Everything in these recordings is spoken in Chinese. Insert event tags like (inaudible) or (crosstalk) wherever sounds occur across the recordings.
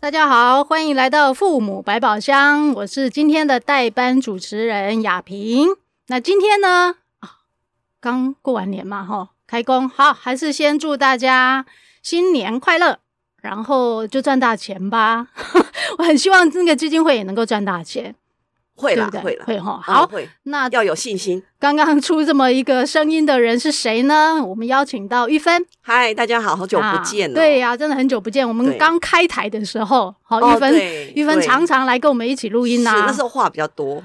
大家好，欢迎来到父母百宝箱，我是今天的代班主持人雅萍。那今天呢，啊，刚过完年嘛，哈，开工好，还是先祝大家新年快乐，然后就赚大钱吧。 (laughs) 我很希望那个基金会也能够赚大钱，会啦，对不对会啦，会哈嗯好会那要有信心。刚刚出这么一个声音的人是谁呢？我们邀请到玉芬，嗨，大家好，好久不见了，啊哦对呀、真的很久不见。我们对刚开台的时候，好，哦玉芬对，玉芬对常常来跟我们一起录音呐、啊是那时候话比较多，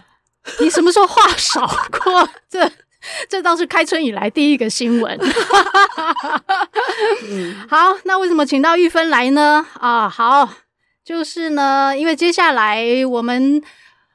你什么时候话少过？ (laughs) 这这倒是开春以来第一个新闻。嗯， (laughs) 好，那为什么请到玉芬来呢？啊，好，就是呢，因为接下来我们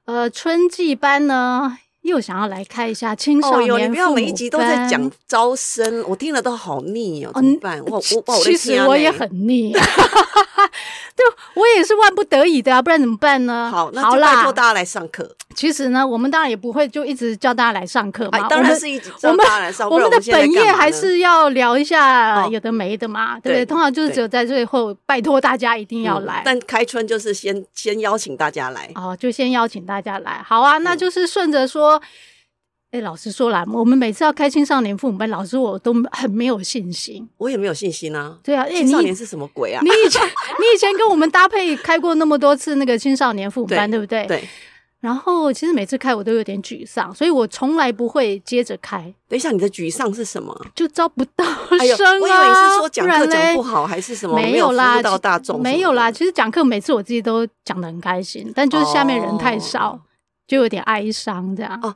呃春季班呢又想要来开一下青少哦年父母哟，班。你不要每一集都在讲招生，我听了都好腻哦，哦怎么办？我我我其的实天啊我也很腻， (laughs) 对，我也是万不得已的啊，不然怎么办呢？好，那好就拜啦托，大家来上课。其实呢，我们当然也不会就一直叫大家来上课哎嘛，，当我然们是一直我叫们大家来上课，我不然们我的现在本干业嘛呢还是要聊一下哦有的没的嘛，对不对？对通常就是对只有在最后拜托大家一定要嗯来。但开春就是先先邀请大家来，哦，就先邀请大家来。好啊，嗯那就是顺着说。哎，老实说啦，我们每次要开青少年父母班，老师我都很没有信心。我也没有信心啊。对啊，哎，青你少年是什么鬼啊你？以 (laughs) 前你以前跟我们搭配开过那么多次那个青少年父母班，对对不对？。对，然后其实每次开我都有点沮丧，所以我从来不会接着开，等一下你的沮丧是什么啊？就招不到哎呦，生啊。我以为你是说讲不课然讲嘞不好，还是什么没有有服啦，务到大众什么的？没有啦。其实讲课每次我自己都讲的很开心，但就是下面人太少，哦就有点哀伤这样。哦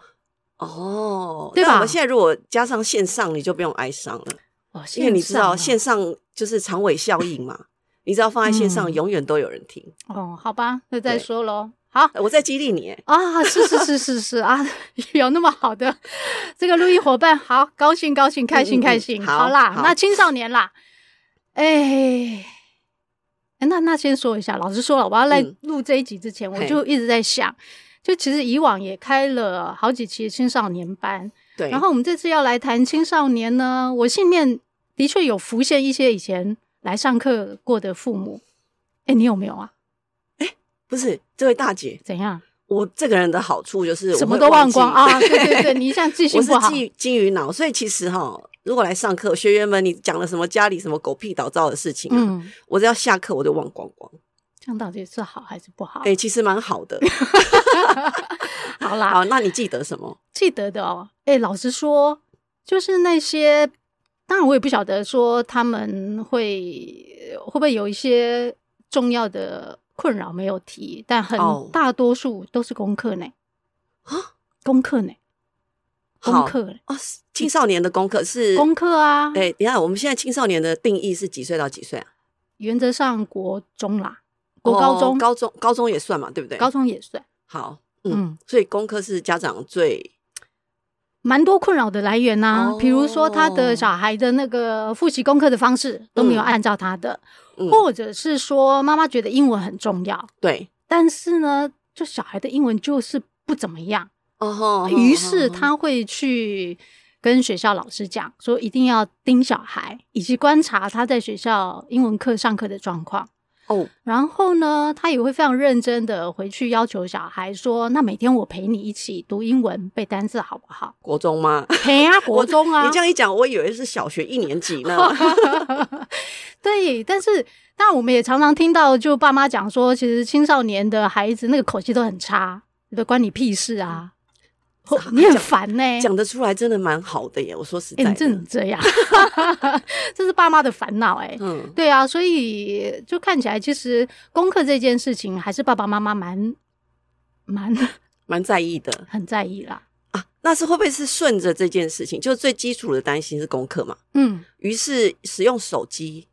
哦，对那吧我们现在如果加上线上，你就不用哀伤了，哦，因为你知道线线啊上就是长尾效应嘛。你只要放在线上，嗯永远都有人听。上哦，哦好吧，那再对说喽。好呃我在激励你，哎啊，是是是是是啊，有那么好的这个录音伙伴，好高兴高兴，开心嗯嗯开心。好啦，好那青少年啦，哎、哎那那先说一下，老实说了，我要来嗯录这一集之前，我嘿就一直在想，就其实以往也开了好几期青少年班，对，然后我们这次要来谈青少年呢，我信念的确有浮现一些以前来上课过的父母。哎，你有没有啊？不是这位大姐，怎样？我这个人的好处就是什我会么都忘记光啊？对对 (laughs) 对，你一下记性我是不好。基于基于脑，所以其实哈，如果来上课，学员们你讲了什么家里什么狗屁倒灶的事情、啊，嗯，我只要下课我就忘光光。这样到底是好还是不好哎、？其实蛮好的。 (laughs) 好啦，好，那你记得什么？记得的哦。哎，老实说，就是那些，当然我也不晓得说他们会会不会有一些重要的困扰没有提，但很哦大多数都是功课呢。啊，功课呢？功好课呢？哦，青少年的功课是功课啊，哎、你看我们现在青少年的定义是几岁到几岁啊？原则上国中啦，国高中、哦高中、高中也算嘛，对不对？高中也算，好，嗯，嗯，所以功课是家长最蛮多困扰的来源呐、哦比如说他的小孩的那个复习功课的方式都没有嗯按照他的，嗯或者是说妈妈觉得英文很重要，对但是呢，就小孩的英文就是不怎么样，哦吼于是吼他会去。跟学校老师讲说，一定要盯小孩，以及观察他在学校英文课上课的状况。哦然后呢，他也会非常认真的回去要求小孩说：“那每天我陪你一起读英文、背单词，好不好国中吗？”？陪 (laughs) 啊，国中啊，你这样一讲，我以为是小学一年级呢。对。但是，当然我们也常常听到，就爸妈讲说，其实青少年的孩子那个口气都很差，都关你屁事啊，哦你很烦呢、 (laughs) 嗯 (laughs) 讲得出来真的蛮好的耶，我说实哎、在你的，真的这样， (laughs) 这是爸妈的烦恼哎、嗯，对啊，所以就看起来，其实功课这件事情还是爸爸妈妈蛮蛮蛮在意的很在意啦。啊。那是会不会是顺着这件事情，就是最基础的担心是功课嘛？嗯，于是使用手机，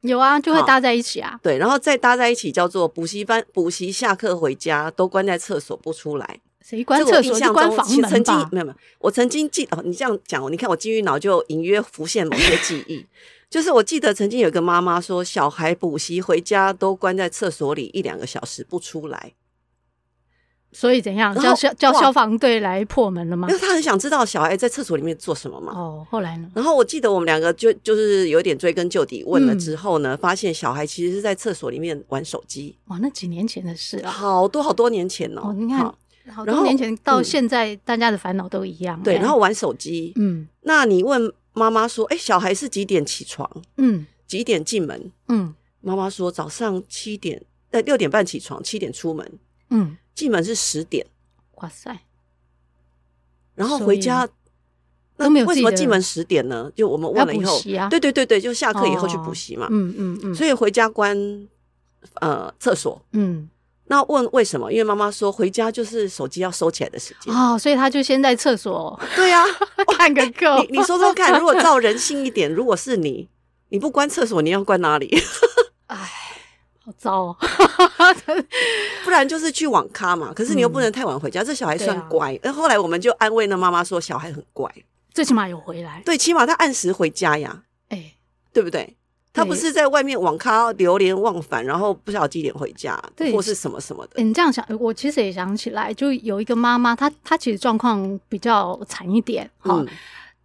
有啊，就会好搭在一起啊。对，然后再搭在一起叫做补习班，补习下课回家都关在厕所不出来，谁关这个我厕印所？就象关中，房其实曾门经吧。没有没有，我曾经记哦，你这样讲，你看我金鱼脑就隐约浮现某些记忆，就是我记得曾经有一个妈妈说，小孩补习回家都关在厕所里一两个小时不出来，所以怎样？然叫后消叫哇消防队来破门了吗因？为她很想知道小孩在厕所里面做什么嘛。哦，后来呢？然后我记得我们两个就就是有点追根究底，问了嗯之后呢，发现小孩其实是在厕所里面玩手机，哇，那几年前的事啊。好多好多年前哦。哦，你看好，好然多后年前到嗯现在，大家的烦恼都一样。对，哎然后玩手机。嗯那你问妈妈说，哎，小孩是几点起床？嗯几点进门？嗯妈妈说早上七点，呃六点半起床，七点出门，嗯，进门是十点，哇塞，然后所回以家。那都没有为自什己么的进门十点呢？就我们要问了以补后，习啊对对对对，就下课以后去哦补习嘛。嗯嗯嗯，所以回家关呃厕所。嗯那问为什么？因为妈妈说回家就是手机要收起来的时间。哦，所以他就先在厕 (laughs) 所对 (laughs) 呀、看个够。你你说说看，如果照人性一点，如果是你，你不关厕所，你要关哪里？ (laughs) 哎， (laughs) 好糟哦。 (laughs) 不然就是去网咖嘛。可是你又不能太晚回家，这小孩嗯对算啊乖。那、后来我们就安慰那妈妈说，小孩很乖，最起码有回来。对，起码他按时回家呀，哎，对不对？他不是在外面网咖流连忘返，然后不晓得几点回家，对或是什么什么的哎。你这样想，我其实也想起来，就有一个妈妈，她她其实状况比较惨一点。好，嗯，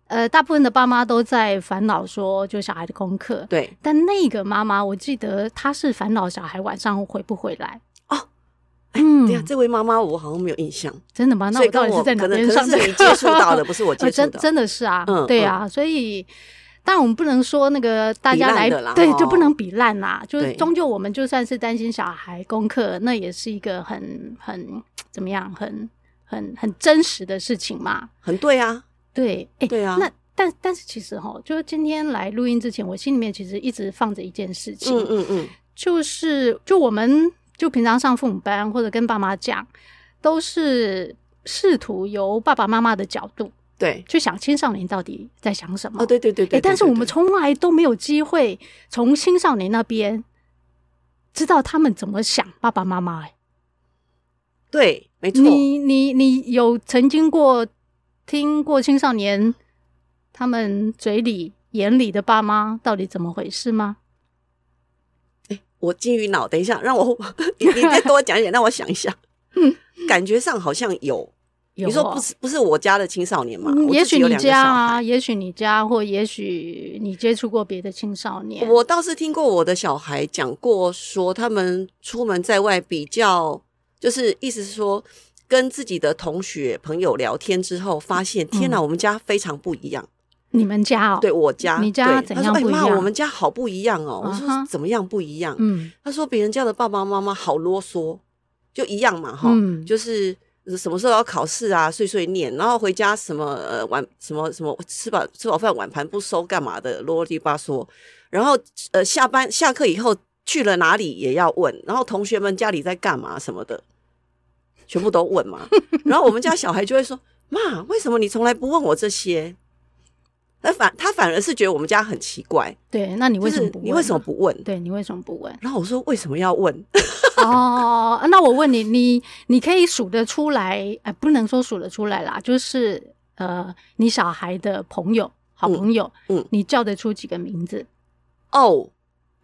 呃，大部分的爸妈都在烦恼说，就小孩的功课。对，但那个妈妈，我记得她是烦恼小孩晚上回不回来。哦，嗯对呀，啊这位妈妈我好像没有印象，真的吗？那所以我跟到底我是在哪可能边可上能的是你接触 (laughs) 到的，不是我接呃，触真到。真的是啊，嗯对啊，所以。当然，我们不能说那个大家比烂来的啦对哦就不能比烂啦，就是对终究我们就算是担心小孩功课，那也是一个很很怎么样，很很很真实的事情嘛。很对啊，对，哎、对啊那但但是其实哈，就是今天来录音之前，我心里面其实一直放着一件事情，嗯嗯嗯，就是就我们就平常上父母班或者跟爸妈讲，都是试图由爸爸妈妈的角度对，去想青少年到底在想什么。哦，对对对诶对。但是对我们对从来都没有机会从青少年那边知道他们怎么想爸爸妈妈、诶对，没错，你你你有曾经过听过青少年他们嘴里眼里的爸妈到底怎么回事吗？我金鱼脑，等一下，让我你你再多讲一点，让我想 (laughs) 一下。感觉上好像有，嗯有你说哦不是不是我家的青少年嘛？嗯我也自己许有你两个小家啊，孩，也许你家，或也许你接触过别的青少年。我倒是听过我的小孩讲过，说他们出门在外比较，就是意思是说。跟自己的同学朋友聊天之后，发现嗯天哪，我们家非常不一样。你们家哦，对，我家，你家对怎他样说：“哎不一妈，样我们家好不一样哦。”我啊哈说：“怎么样不一样？”嗯他说别人家的爸爸妈妈好啰嗦，就一样嘛哈，嗯就是什么时候要考试啊，碎碎念，然后回家什么呃碗什么什么吃饱吃饱饭碗盘不收干嘛的啰里吧嗦，然后呃下班下课以后去了哪里也要问，然后同学们家里在干嘛什么的，全部都 (laughs) 问嘛，然后我们家小孩就会说妈，为什么你从来不问我这些？那反他反而是觉得我们家很奇怪，对，那你为就什么是不问？你为 (laughs) 什么？不问？？对你为什么不问 (laughs) 然后我说为什么要问？哦，那我问你，你你可以数得出来？哎，不能说数得出来啦，就是呃，你小孩的朋友、好朋友，嗯嗯你叫得出几个名字？哦，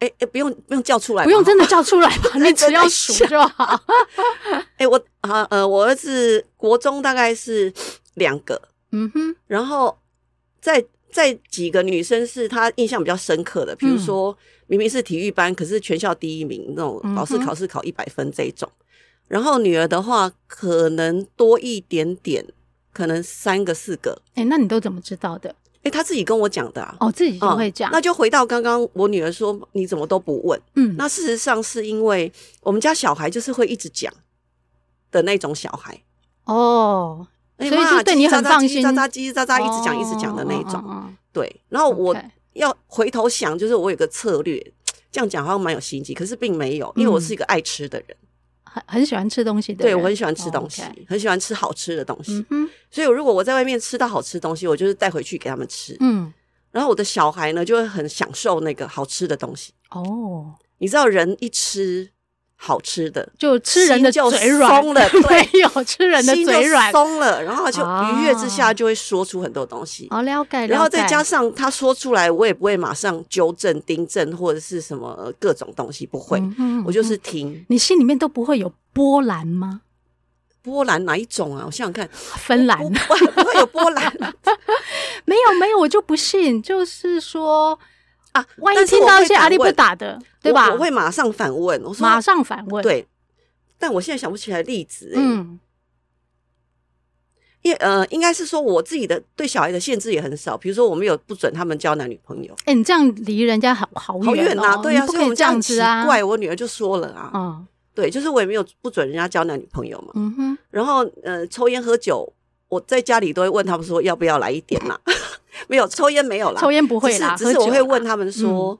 哎哎，不用不用叫出来吧，不用真的叫出来 (laughs) 吧，你只要数就好。哎，我啊呃，我儿子国中大概是两个，嗯哼，然后再再几个女生是他印象比较深刻的，比如嗯说明明是体育班，可是全校第一名那种，老师嗯哼考试考一百分这一种。然后女儿的话，可能多一点点，可能三个四个。哎，那你都怎么知道的？哎，他自己跟我讲的啊，哦，自己就嗯会讲那。就回到刚刚我女儿说，你怎么都不问？嗯，那事实上是因为我们家小孩就是会一直讲的那种小孩，哦，所所以就对你很放心哎叽叽喳喳叽叽喳喳一直讲一直讲的那一哦种。哦哦哦对，然后我 OK 要回头想，就是我有个策略，这样讲好像蛮有心机，可是并没有，嗯因为我是一个爱吃的人，很很喜欢吃东西的对人，我很喜欢吃东西哦，OK，很喜欢吃好吃的东西嗯，哼，所以如果我在外面吃到好吃的东西，我就是带回去给他们吃，嗯，然后我的小孩呢就会很享受那个好吃的东西。哦，你知道人一吃好吃的，就吃人的心就嘴软 (laughs) 松了对没有吃人的心嘴就软。松了，然后就愉悦之哦下就会说出很多东西。哦，了解，然后再了解加上他说出来，我也不会马上纠正、订正或者是什么呃各种东西，不会，嗯嗯我就嗯是听。你心里面都不会有波澜 (laughs) 吗？波兰哪一种啊？我想想看，芬兰不不不会有波兰 (laughs) 没有没有，我就不信，就是说，啊。万一但是听我到会一些反阿力不问打的，对我吧？我会马上反问，我说马上反问，，对，但我现在想不起来例子、欸。嗯，嗯，因为呃，应该是说我自己的对小孩的限制也很少，比如说我没有不准他们交男女朋友，哎，你这样离人家好好好远远哦啊，对啊，你不所可以我以这们这样样奇子啊，怪，我女儿就说了啊，嗯对，就是我也没有不准人家交男女朋友嘛。嗯哼，然后呃，抽烟喝酒，我在家里都会问他们说要不要来一点啦、 (laughs) 没有，抽烟没有啦，抽烟不会啦，只是只喝酒啊嗯是我会啦问，他们说，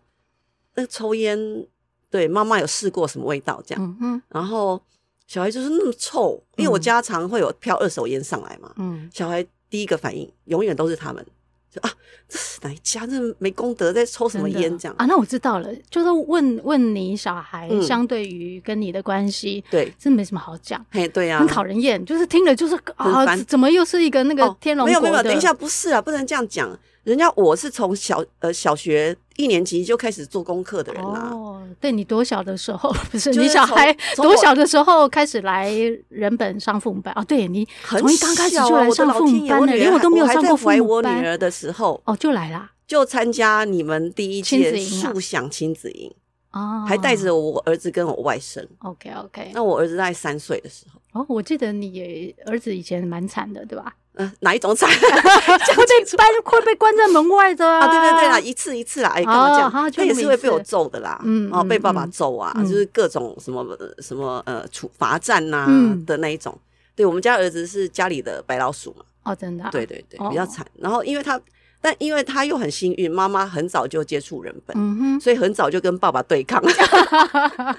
那个抽烟对妈妈有试过什么味道这样？嗯哼，然后小孩就是那么臭，因为我嗯家常会有飘二手烟上来嘛，嗯，小孩第一个反应永远都是他们。就啊，这是哪一家？这没功德，在抽什么真的烟这样？啊？那我知道了，就是问问你小孩嗯相对于跟你的关系，对，真没什么好讲。嘿，对呀、啊，很讨人厌，就是听了就是啊，烦怎么又是一个那个哦天龙没有国没有，的？等一下，不是啊，不能这样讲。人家我是从小呃小学一年级就开始做功课的人啊啦、哦，对你多小的时候 (laughs) 不是就是你小孩从从多我小的时候开始来人本上父母班哦，对你很从一刚开始小就啊来我的上老父天母爷班我的，女连儿我都没有还上在过父怀母我女班儿的时候，哦，就来啦就参加你们第一亲子届营啊树想亲子营，哦，还带着我儿子跟我外甥。 OK OK 那我儿子在三岁的时候，哦，我记得你也儿子以前蛮惨的对吧？嗯、哪一种惨会被班会被关在门外的啊？对对对啦，一次一次啦，哎、跟哦我讲，好就他也那么是一会被我次揍的啦，嗯哦，被爸爸嗯嗯揍啊，嗯就是各种什么呃什么呃处罚站呐、嗯的那一种。对我们家儿子是家里的白老鼠嘛，哦，真的啊对，对对，哦比较惨。然后因为他，但因为他又很幸运，妈妈很早就接触人本，嗯所以很早就跟爸爸对 (laughs) 抗，哼，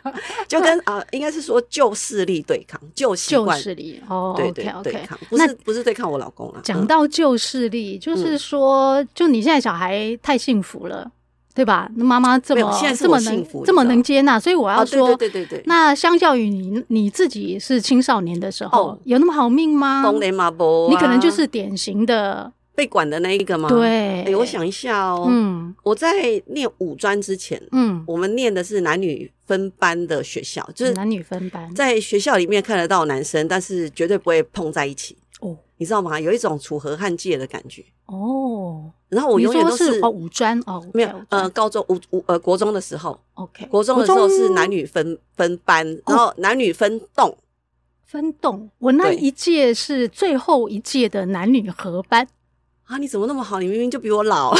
就跟啊、应该是说旧势力对抗，旧 (laughs) 习就惯。是你哦对对，OK 对 OK，抗不那是不是对抗我老公啊，讲嗯到旧势力，就是说，就你现在小孩太幸福了，对吧？那妈妈这没么有现在是这么我幸福能你这么知道能接纳，所以我要啊，说，对对对对对，那相较于你你自己是青少年的时候，哦有那么好命吗？风雷啊马波，你可能就是典型的，被管的那一个吗？对哎，我想一下哦，嗯我在念五专之前，嗯，我们念的是男女分班的学校，就是男女分班在学校里面看得到男生，但是绝对不会碰在一起，哦你知道吗？有一种楚河汉界的感觉。哦，然后我你永远说都是哦五专哦，没有呃，高中五五呃国中的时候， ，OK，国中的时候是男女分分哦班，然后男女分栋，分栋，我那对一届是最后一届的男女合班。啊，你怎么那么好？你明明就比我老，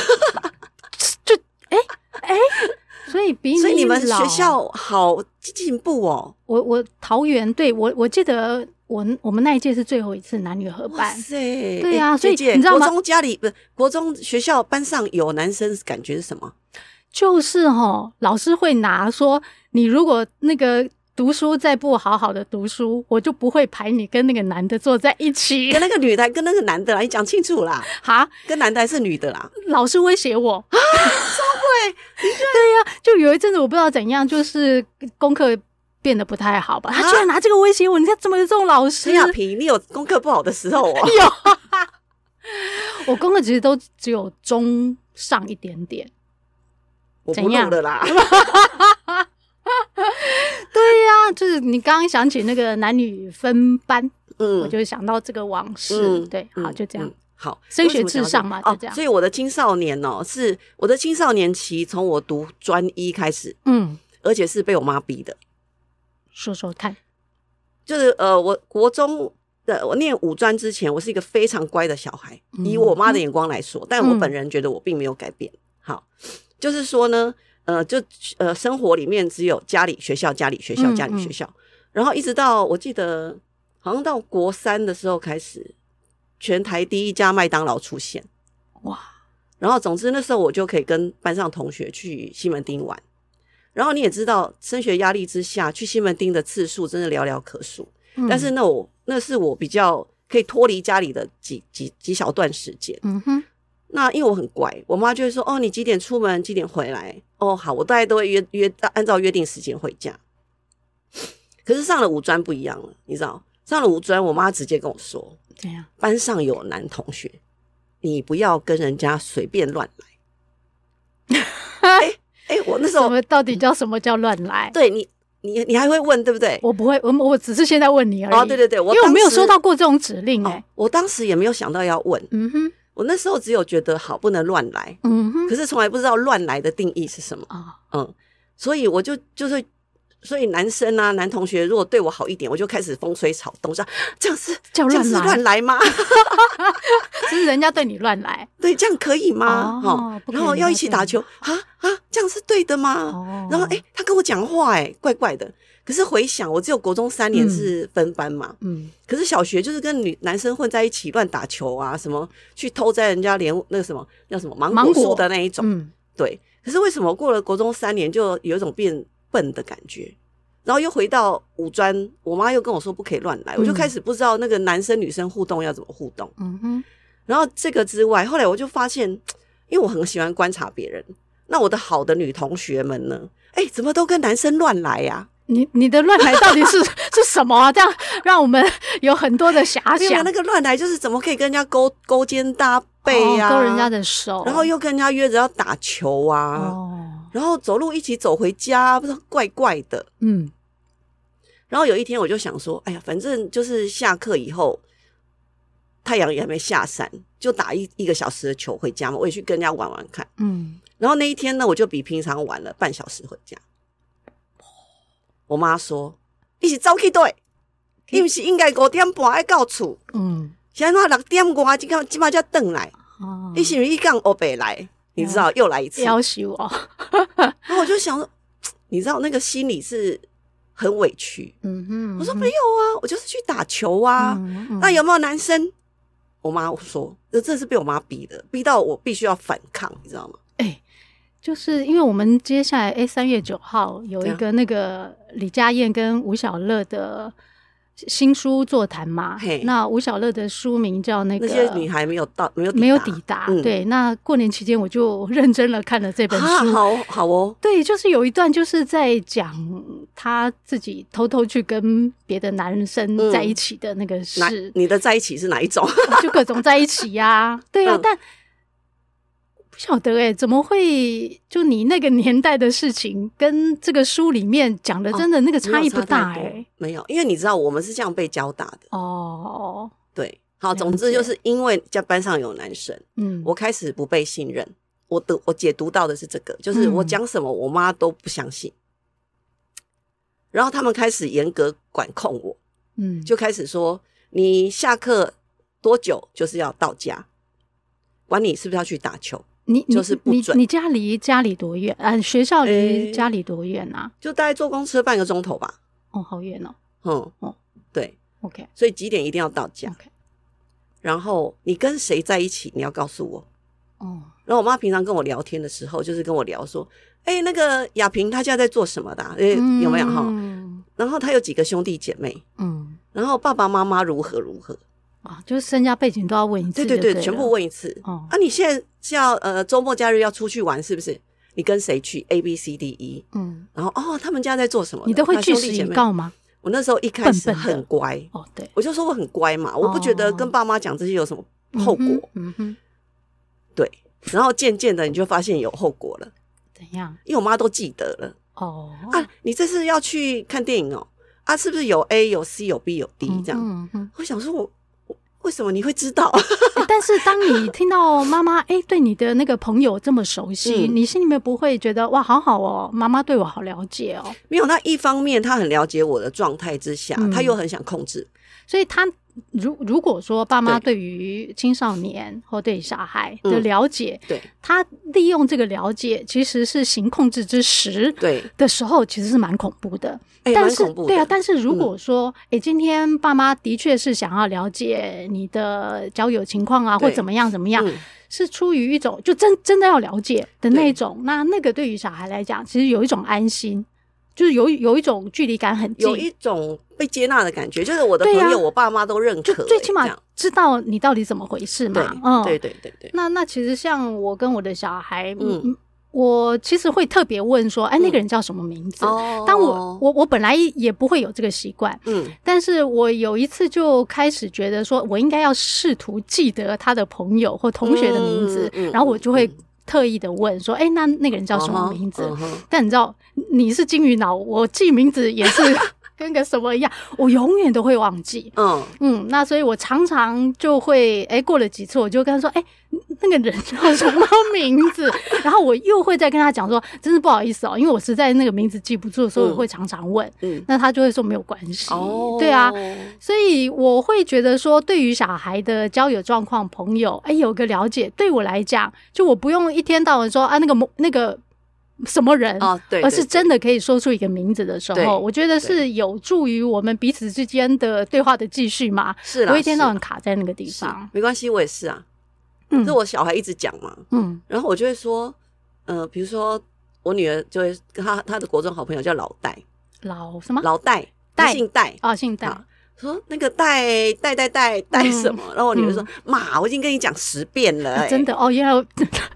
所以比所以你们老学校好进步哦！我我桃园对我我记得我我们那一届是最后一次男女合哇办，塞，对啊哎所以姐姐你知道吗国中家里不是国中学校班上有男生，感觉是 (laughs) 什么？就是哈、老师会拿说你如果那个读书再不好好的读书，我就不会排你跟那个男的坐在一起 (laughs) 跟那个女的，跟那个男的啦，你讲清楚啦，哈，跟男的还是女的啦？老师威胁 (laughs) 我啊，对呀、就有一阵子我不知道怎样，就是功课变得不太好吧，啊他居然拿这个威胁我，你看怎么有这种老师陈？雅萍，你有功课不好的时哎候哦， (laughs) 我功课其实都只有中上一点点。我怎不样录了啦。对呀、就是你刚刚想起那个男女分班， (laughs) 我嗯，就想到这个往事。嗯，对，好，嗯就这样。嗯好，升学为什么至上讲嘛到就这样哦。所以我的青少年哦，是我的青少年期，从我读专一开始，嗯，而且是被我妈逼的。说说看。就是呃，我国中的我念五专之前，我是一个非常乖的小孩，嗯以我妈的眼光来说，但我嗯本人觉得我并没有改变。好，就是说呢，呃，就呃，生活里面只有家里、学校、家里、学校、嗯家里、嗯学校，然后一直到我记得好像到国三的时候开始，全台第一家麦当劳出现。哇！然后，总之那时候我就可以跟班上同学去西门町玩。然后你也知道，升学压力之下，去西门町的次数真的寥寥可数。嗯但是，那我那是我比较可以脱离家里的几几几小段时间。嗯哼，那因为我很乖，我妈就会说：“哦，你几点出门，几点回来？”哦，好，我大概都会约约按照约定时间回家。可是上了五专不一样了，你知道，上了五专，我妈直接跟我说，怎样？班上有男同学，你不要跟人家随便乱来。哎、我那时什候么到底叫什么叫乱来？对你，你你还会问对不对？我不会，我我只是现在问你而已。哦，对对对，我因为我当没有时收到过这种指令哎、哦，我当时也没有想到要问，嗯哼，我那时候只有觉得好不能乱来，嗯哼，可是从来不知道乱来的定义是什么。啊、嗯，所以我就就是。所以男生啊，男同学如果对我好一点，我就开始风吹草动，说这样是叫这乱样是来乱来吗？ (laughs) 只是人家对你乱来对，这样可以吗？哈、哦不可以啊然后要一起不可以打球啊啊，这样是对的吗？哦。然后哎、诶他跟我讲话哎、怪怪的。可是回想，我只有国中三年嗯是分班嘛，嗯，可是小学就是跟女男生混在一起乱打球啊，什么去偷摘人家莲那个什么叫什么芒芒果果树的那一种，嗯，对。可是为什么过了国中三年，就有一种变笨的感觉？然后又回到五专，我妈又跟我说不可以乱来，我就嗯开始不知道那个男生女生互动要怎么互动。嗯哼，然后这个之外，后来我就发现，因为我很喜欢观察别人，那我的好的女同学们呢，哎，怎么都跟男生乱来呀、你你的乱来到底 (laughs) 是是什么、啊？这样让我们有很多的遐啊？没有想，那个乱来就是怎么可以跟人家勾勾肩搭背呀、哦勾人家的手，然后又跟人家约着要打球啊，哦，然后走路一起走回家，不知道怪怪的。嗯然后有一天我就想说，哎呀，反正就是下课以后，太阳也还没下山，就打一一个小时的球回家嘛，我也去跟人家玩玩看。嗯，然后那一天呢，我就比平常晚了半小时回家。我妈说：“你是早起对，你不是应该五点半要到厝，嗯，现现在六点外即个即马才转来，哦你是不是一杠欧北来？你知道又来一次。”要挟我，然后我就想说，你知道那个心里是很委屈。嗯哼，我说没有啊，我就是去打球啊。嗯，嗯那有没有男生？我妈说，这真的是被我妈逼的，逼到我必须要反抗，你知道吗？哎、就是因为我们接下来哎，三、月九号有对一啊个那个李佳燕跟吴小乐的新书座谈嘛嘿。那吴小乐的书名叫那个那些女孩没有到，没有没有达抵达。嗯对，那过年期间我就 (laughs) 认真了看了这本啊，书。好好哦，对，就是有一段就是在讲她自己偷偷去跟别的男生嗯在一起的那个事。哪你的在一起是哪一种？ (laughs) 就各种在一起呀、 (laughs) 对呀、嗯但不晓得哎、怎么会就你那个年代的事情跟这个书里面讲的真的那个 (laughs) 差异不大哎、哦没有差太多没有，因为你知道我们是这样被教打的，哦，对。好，了总之解就是因为在班上有男生，嗯，我开始不被信任。我读我解读到的是这个，就是我嗯讲什么我妈都不相信，然后他们开始严格管控我，嗯就开始说你下课多久就是要到家，管你是不是要去打球，你你就是不你准你家离家里多远？呃，学校离哎家里多远啊？就大概坐公车半个钟头吧。哦，好远哦。嗯哦，嗯对， OK 所以几点一定要到家。 OK，然后你跟谁在一起，你要告诉我。哦，然后我妈平常跟我聊天的时候，就是跟我聊说，哎、那个亚萍她现在在做什么的、啊？哎、有没有哈？嗯然后她有几个兄弟姐妹，嗯然后爸爸妈妈如何如何？啊，就是身家背景都要问一次对就对了，对，全部问一次。哦，啊，你现在是要呃周末假日要出去玩是不是？你跟谁去？A B C D E，嗯，然后哦他们家在做什么的？你都会那据兄实弟以姐妹。告吗？我那时候一开始笨笨的很乖，哦，对，我就说我很乖嘛，我不觉得跟爸妈讲这些有什么后果。嗯哼，嗯哼，对，然后渐渐的你就发现有后果了，怎样？因为我妈都记得了。哦，啊，你这次要去看电影哦？啊，是不是有 A 有 C 有 B 有 D 这样？嗯 (laughs) 嗯我想说我，我为什么你会知道？ (laughs) 嗯但是当你听到妈妈哎、对你的那个朋友这么熟悉，嗯你心里面不会觉得哇好好哦，妈妈对我好了解哦，没有，那一方面他很了解我的状态之下，嗯他又很想控制。所以他如如果说爸妈对对于青少年或对小孩的嗯了解，对他利用这个了解其实是行控制之实。对，的时候其实是蛮恐怖的，哎、但蛮是恐怖的。嗯对啊，但是如果说，诶，今天爸妈的确是想要了解你的交友情况啊，或对怎么样怎么样，嗯是出于一种就真真的要了解的那对一种。那那个对于小孩来讲，其实有一种安心，就是有一有一种距离感很近，有一种被接纳的感觉，就是我的朋对啊友，我爸妈都认就可、最起哎码知道你到底怎么回事这嘛样。嗯，对对对对对，那那其实像我跟我的小孩，嗯嗯，我其实会特别问说，哎，那个人叫什么名字？哦但我我我本来也不会有这个习惯，嗯但是我有一次就开始觉得说，我应该要试图记得他的朋友或同学的名字，嗯嗯嗯然后我就会嗯特意的问说，哎、那那个人叫什么名字？嗯哼嗯哼但你知道，你是金鱼脑，我记名字也是跟个什么一样， (laughs) 我永远都会忘记。嗯，嗯，那所以我常常就会，哎、过了几次，我就跟他说，哎、那个人叫什么名字？ (laughs) 然后我又会再跟他讲说，真是不好意思哦，因为我实在那个名字记不住，所以我会常常问。嗯那他就会说没有关系，哦，对啊，所以我会觉得说，对于小孩的交友状况、朋友，哎，有个了解，对我来讲，就我不用一天到晚说啊那个某那个什么人，哦，对，而对是对真的可以说出一个名字的时对候，我觉得对是有助于我们彼此之间的对话的继续嘛，是啦，不会一天是到啦晚卡在那个地是方。没关系，我也是啊，嗯是我小孩一直讲嘛，嗯然后我就会说，呃，比如说我女儿就会她她的国中好朋友叫老戴，老什么老戴，啊戴她姓戴，啊姓戴好说那个戴戴戴戴戴什么，然后我女儿说妈，我已经跟你讲十遍 (laughs) 了、啊欸嗯真。的哦，原来我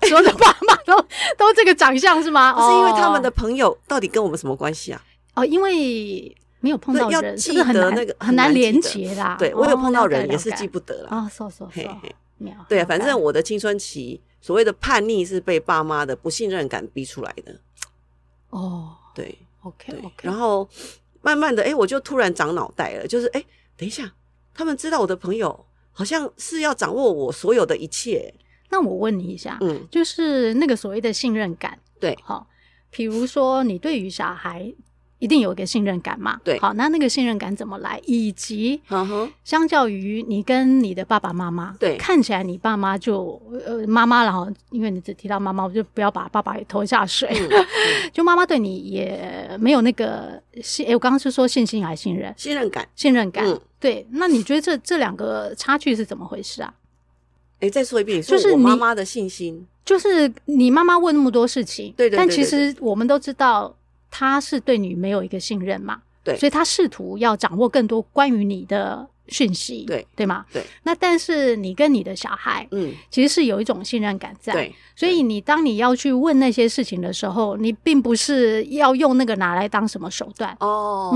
所有的爸妈都都这个长相是吗？不是因为他哦们的朋友到底跟我们什么关系啊？哦，因为没有碰到对要人，是不记是很得难那个很很难难记连得接啦？对我有哦碰到了解人也了是解记不得了。啊，说说嘿说嘿，秒对啊，了反解正我的青春期所谓的叛逆是被爸妈的不信任感逼出来的。哦对， ，OK 对， OK，然后慢慢的，哎、我就突然长脑袋了，就是哎、诶等一下，他们知道我的朋友好像是要掌握我所有的一切，那我问你一下，嗯，就是那个所谓的信任感，对好，比如说你对于小孩一定有一个信任感嘛，对好，那那个信任感怎么来，以及嗯哼，相较于你跟你的爸爸妈妈，对看起来你爸妈就呃妈妈了哈，因为你只提到妈妈，我就不要把爸爸也拖下水。嗯就妈妈对你也没有那个信，诶我刚刚是说信心还是信任？信任感，信任感。嗯对，那你觉得这这两个差距是怎么回事啊？哎、再说一遍，就是我你妈妈的信心，就是你妈妈问那么多事情，对对对但对其实我们都知道她是对你没有一个信任嘛，对所以她试图要掌握更多关于你的讯息，对对吗？对，那但是你跟你的小孩嗯，其实是有一种信任感在，对，所以你当你要去问那些事情的时候，你并不是要用那个拿来当什么手段，哦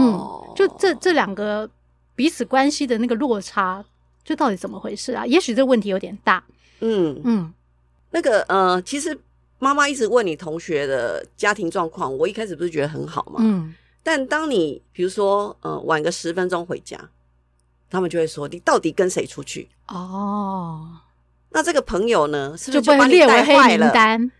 嗯，，就这这两个彼此关系的那个落差，这到底怎么回事啊？也许这问题有点大，嗯，嗯那个呃，其实妈妈一直问你同学的家庭状况，我一开始不是觉得很好嘛，嗯，但当你比如说呃晚个十分钟回家，他们就会说你到底跟谁出去？哦，那这个朋友呢，是不就是被就把你列为带黑坏名了？单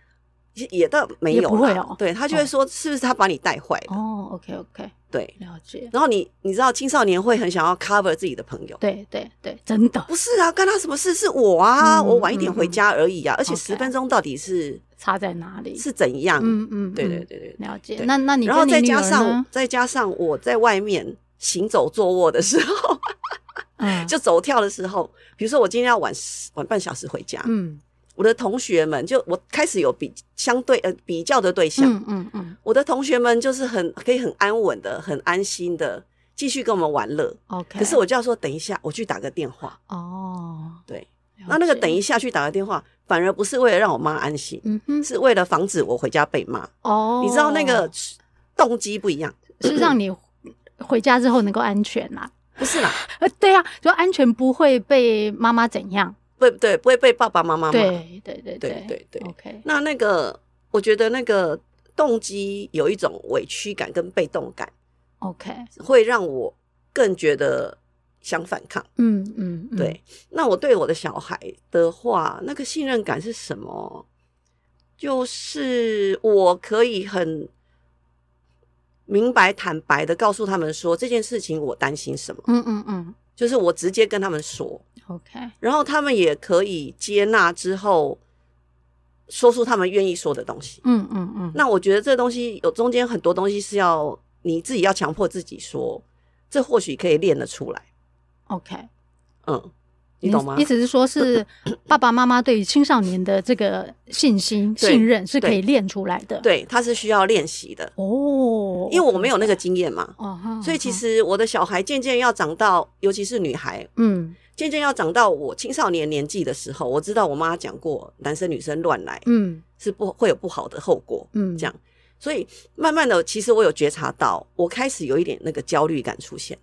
也也倒没有啦，也不会哦对他就会说，是不是他把你带坏了？哦。OK OK，对，了解，然后你你知道青少年会很想要 cover 自己的朋友，对对对，真的不是啊，干他什么事？是我啊，嗯我晚一点回家而已啊，而且 OK 十分钟到底是差在哪里？是怎样？嗯嗯，对嗯对对对。了解。对那那你然后跟再你女加儿上呢？再加上我在外面行走坐卧的时 (laughs) 候，嗯就走跳的时候，比如说我今天要晚十晚半小时回家，嗯我的同学们就我开始有比相对呃比较的对象，嗯嗯嗯我的同学们就是很可以很安稳的、很安心的继续跟我们玩乐。 ，OK。可是我就要说，等一下，我去打个电话。哦，对，了那那个解等一，下去打个电话，反而不是为了让我妈安心，嗯哼，是为了防止我回家被骂。哦，你知道那个动机不一样，是让你回家之后能够安全啊啦。不是啦，呃，对啊，就安全不会被妈妈怎样。不对，不会被爸爸妈妈骂。对对对对对对 o k 那那个，我觉得那个动机有一种委屈感跟被动感， OK，会让我更觉得想反抗。嗯嗯，嗯，对，那我对我的小孩的话，那个信任感是什么？就是我可以很明白、坦白的告诉他们说这件事情我担心什么，嗯嗯嗯就是我直接跟他们说， ，OK，然后他们也可以接纳之后，说出他们愿意说的东西。嗯嗯嗯，那我觉得这东西有中间很多东西是要你自己要强迫自己说，这或许可以练得出来。 OK，嗯，你懂吗？意思是说是爸爸妈妈对于青少年的这个信心、对信任是可以对练出来的。，对，它是需要练习的。哦，因为我没有那个经验嘛，哦，哈所以其哈实我的小孩渐渐要长到，尤其是女孩，嗯，渐渐要长到我青少年年纪的时候，我知道我妈讲过，男生女生乱来嗯是不会有不好的后果。嗯，这样所以慢慢的，其实我有觉察到，我开始有一点那个焦虑感出现。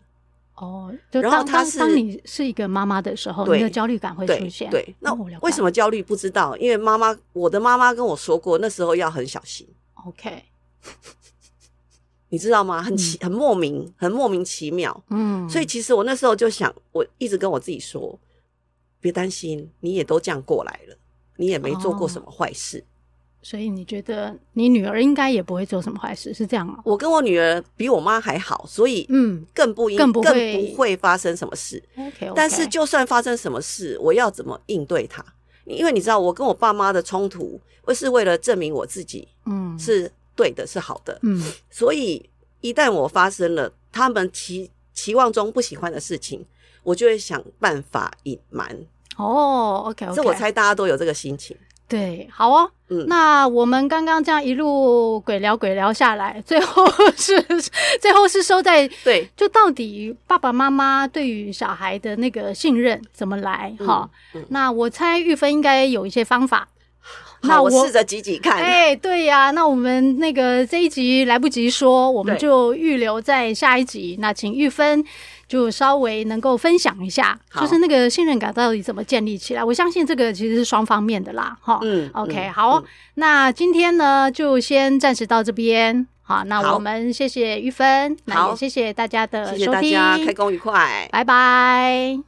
哦，就然后当他当是当你是一个妈妈的时候，对你的焦虑感会出对现。对，那哦我了为解什么焦虑不知道？因为妈妈，我的妈妈跟我说过，那时候要很小心， ？OK，你知道吗？很奇，很莫名，很莫名其妙。嗯，所以其实我那时候就想，我一直跟我自己说，别担心，你也都这样过来了，你也没做过什么坏事。哦所以你觉得你女儿应该也不会做什么坏事，是这样吗？我跟我女儿比我妈还好，所以嗯更不应更不更会不会发生什么事。 ，OK，, 但是就算发生什么事，我要怎么应对它？因为你知道，我跟我爸妈的冲突，我是为了证明我自己嗯是对的，是好的。嗯所以一旦我发生了他们期期望中不喜欢的事情，我就会想办法隐瞒。哦，OK，, 这我猜大家都有这个心情。对，好哦。嗯，那我们刚刚这样一路鬼聊鬼聊下来，最后是 (laughs) 最后是收在对就到底爸爸妈妈对于小孩的那个信任怎么来哈、嗯嗯那我猜玉芬应该有一些方法。那好，我我试着挤挤看。哎、对呀、那我们那个这一集来不及说，我们对就预留在下一集。那请玉芬就稍微能够分享一下，好就是那个信任感到底怎么建立起来？我相信这个其实是双方面的啦，哈。嗯 OK，嗯好嗯那今天呢就先暂时到这边。好，那好我们谢谢玉芬，那也好谢谢大家的谢呃收谢听，大家，开工愉快。拜拜。